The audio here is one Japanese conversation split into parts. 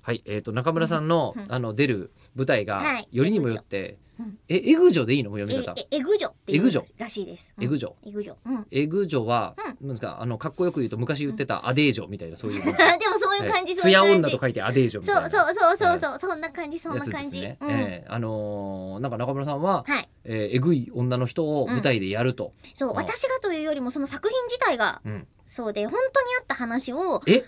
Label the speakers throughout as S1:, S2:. S1: はい、えっ、と中村さんの、
S2: うん
S1: あの出る舞台が、
S2: はい
S1: よりにもよって、
S2: うん
S1: えエグジョでいいの読み方。
S2: ええエグジョってい
S1: エグジョ
S2: うらしいです。うん
S1: エグジョ
S2: エグジョ。うん。
S1: エグジョは、
S2: うん
S1: なんですかあのかっこよく言うと昔言ってたアデージョみたいなそういうもの。
S2: あでも そういう感じ。そ
S1: ツ
S2: ういう
S1: ヤ
S2: 感じ
S1: 女と書いてアデージョみたい
S2: そう
S1: な。
S2: そうそうそうそう、そんな感じそん
S1: や
S2: な
S1: つで
S2: 感
S1: す
S2: じ。
S1: ね。
S2: うん、
S1: ええあのーなんか中村さんは、
S2: はい。
S1: えーえぐい女の人を舞台でやると。
S2: そう、
S1: うん
S2: 私がというよりもその作品自体が
S1: うん
S2: そうで本当にあった話を
S1: え、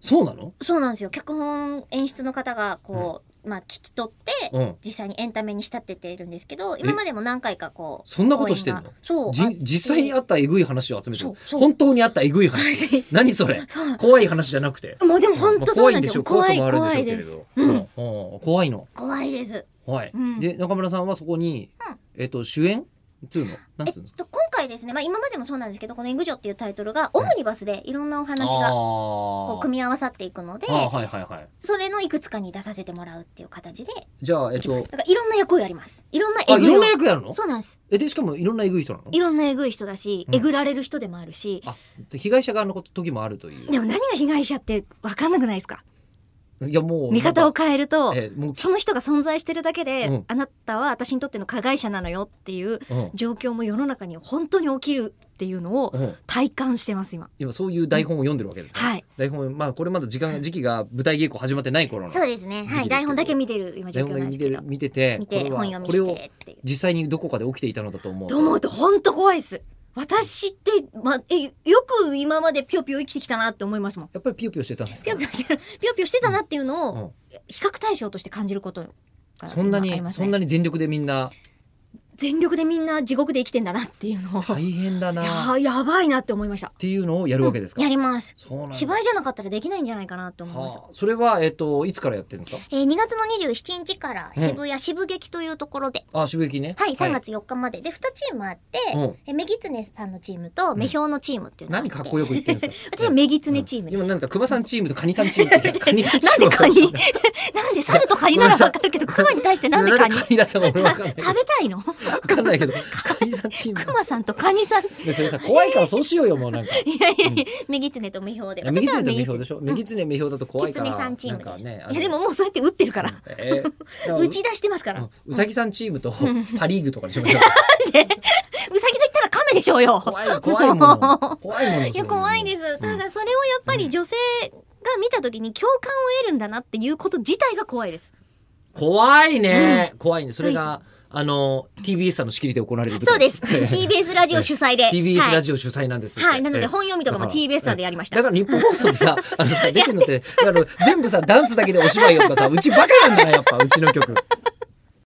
S1: そうなの？
S2: そうなんですよ。脚本演出の方がこう、まあ聞き取って
S1: うん。
S2: 実際にエンタメに仕立てているんですけど、今までも何回かこう
S1: そんなことしてんの
S2: 公演がそう。あ
S1: じ実際にあったえぐい話を集めてる
S2: そうそう
S1: 本当にあったえぐい話。
S2: 私
S1: 何それ？
S2: そう。
S1: 怖い話じゃなくて。
S2: もうでも本
S1: ま
S2: 当
S1: あ
S2: そう
S1: 怖い
S2: なん
S1: ん
S2: で
S1: でし
S2: す
S1: ょ
S2: よ。
S1: う。怖
S2: 怖
S1: いこともある
S2: い怖
S1: ん
S2: い
S1: でし
S2: です
S1: ょ。うけれど。うんうん怖いの。
S2: 怖いです。
S1: はい。
S2: うん
S1: で中村さんはそこに、
S2: うん
S1: えっと主演っていうのなん
S2: えっ
S1: つうの？
S2: と今回ですね、まあ今までもそうなんですけど、このエグジョっていうタイトルがオムニバスでいろんなお話
S1: あ
S2: がこ
S1: ー
S2: う組み合わさっていくので、
S1: あーはいはいはい。
S2: それのいくつかに出させてもらうっていう形で、
S1: じゃあえっ
S2: だ
S1: と
S2: からいろんな役をやります。いろんなエ
S1: あい
S2: グい
S1: ろ
S2: を
S1: んな役やるの？
S2: そうなんです。
S1: えでしかもいろんなえぐい人なの？
S2: いろんなえぐい人だし、
S1: うん
S2: えぐられる人でもあるし、
S1: あで被害者側のこと時もあるという。
S2: でも何が被害者って分かんなくないですか
S1: いやもう
S2: 見方を変えると、
S1: えーもう
S2: その人が存在してるだけで、
S1: うん
S2: あなたは私にとっての加害者なのよっていう
S1: うん
S2: 状況も世の中に本当に起きるっていうのを
S1: うん
S2: 体感してます今。
S1: 今そういう台本を読んでるわけですね。
S2: はい。
S1: 台本まあこれまだ時間時期が舞台稽古始まってない頃の
S2: そうですね。
S1: 時期ですけ
S2: はい。
S1: ど
S2: 台本だけ見てる今状
S1: 台
S2: 況
S1: 本
S2: な
S1: を
S2: ん
S1: 見
S2: ですけ
S1: て
S2: ど
S1: る。見てて
S2: 見
S1: こ
S2: て
S1: れ
S2: 本読
S1: は
S2: み
S1: これ
S2: し
S1: を
S2: てっていう。
S1: 実際にどこかで起きていたのだと思う
S2: と。思うと本当怖いです。私って、ま、えよく今までぴよぴよ生きてきたなって思いますもん。
S1: やっぱりピヨピヨしてたんです
S2: ぴ
S1: か
S2: よ。ぴよしてるぴよぴよしてたなっていうの
S1: う
S2: を
S1: ん
S2: 比較対象として感じることが今
S1: そんな
S2: あり
S1: に
S2: ます
S1: そ
S2: ね
S1: んなに全力でみんな
S2: 全力でみんな地獄で生きてんだなっていうのを。
S1: 大変だ
S2: い
S1: な
S2: や
S1: っ
S2: ーやばいなって思いました。
S1: ていうのをやるわけですか
S2: や。ります。
S1: そうなんだ
S2: 芝居じゃなかったらできないんじゃないかなと思いました。
S1: はあそれはえっといつからやってるんですか。
S2: えー、2月の27日から
S1: うん
S2: 渋谷渋劇というところで、
S1: あ渋劇ね。
S2: はい、3月4日までで2チームあって、
S1: うん
S2: えメギツネさんのチームとメヒョウのチームっていうのがあって
S1: 何かっこよく言ってるんですか。
S2: 私はメギツネチームです。
S1: 今なんか熊さんチームとカニさんチームってカニさんチ
S2: なん
S1: ーム
S2: で
S1: わか
S2: カ
S1: ん
S2: ニ
S1: ない
S2: なんで猿とカニならわかるけど、クマに対してなんでカニ
S1: カニだったか俺わかんないけど
S2: 食べたいの
S1: わかんない けどカニさんチー
S2: ク
S1: ム
S2: マさんとカニさん。い
S1: でそれさ怖いからそうしようよもうなんか
S2: やいやいや、メギツネとメヒョウで。
S1: 右爪と
S2: 私は
S1: 目標でしょ右爪目標だと怖いから
S2: キツネさんチームで
S1: なんかねあの
S2: いやでももうそうやって打ってるから。
S1: えー
S2: 打ち出してますか
S1: う
S2: ら。
S1: ん
S2: う
S1: うさぎさんチームとパリーグとかにしましょう
S2: さぎと言ったらカメでしょうよ。
S1: 怖い怖いもの怖いもの
S2: いや怖いですす。ただそれをやっぱり女性が見た時に共感を得るんだなっていうこと自体が怖いです。
S1: 怖いね怖いねそれがあの TBS さんの仕切りで行われる舞
S2: そう
S1: 台
S2: です。TBS ラジオ主催で。
S1: TBS ラ
S2: ジ
S1: ジオ主催なんです
S2: はい、はいなので
S1: 本
S2: 本読みとかも
S1: だから
S2: TBS さんでやりました。
S1: だから日本放送で さあのさ出てるのってあの全部さダンスだけでお芝居とかさうちバカなんだなやっぱうちの曲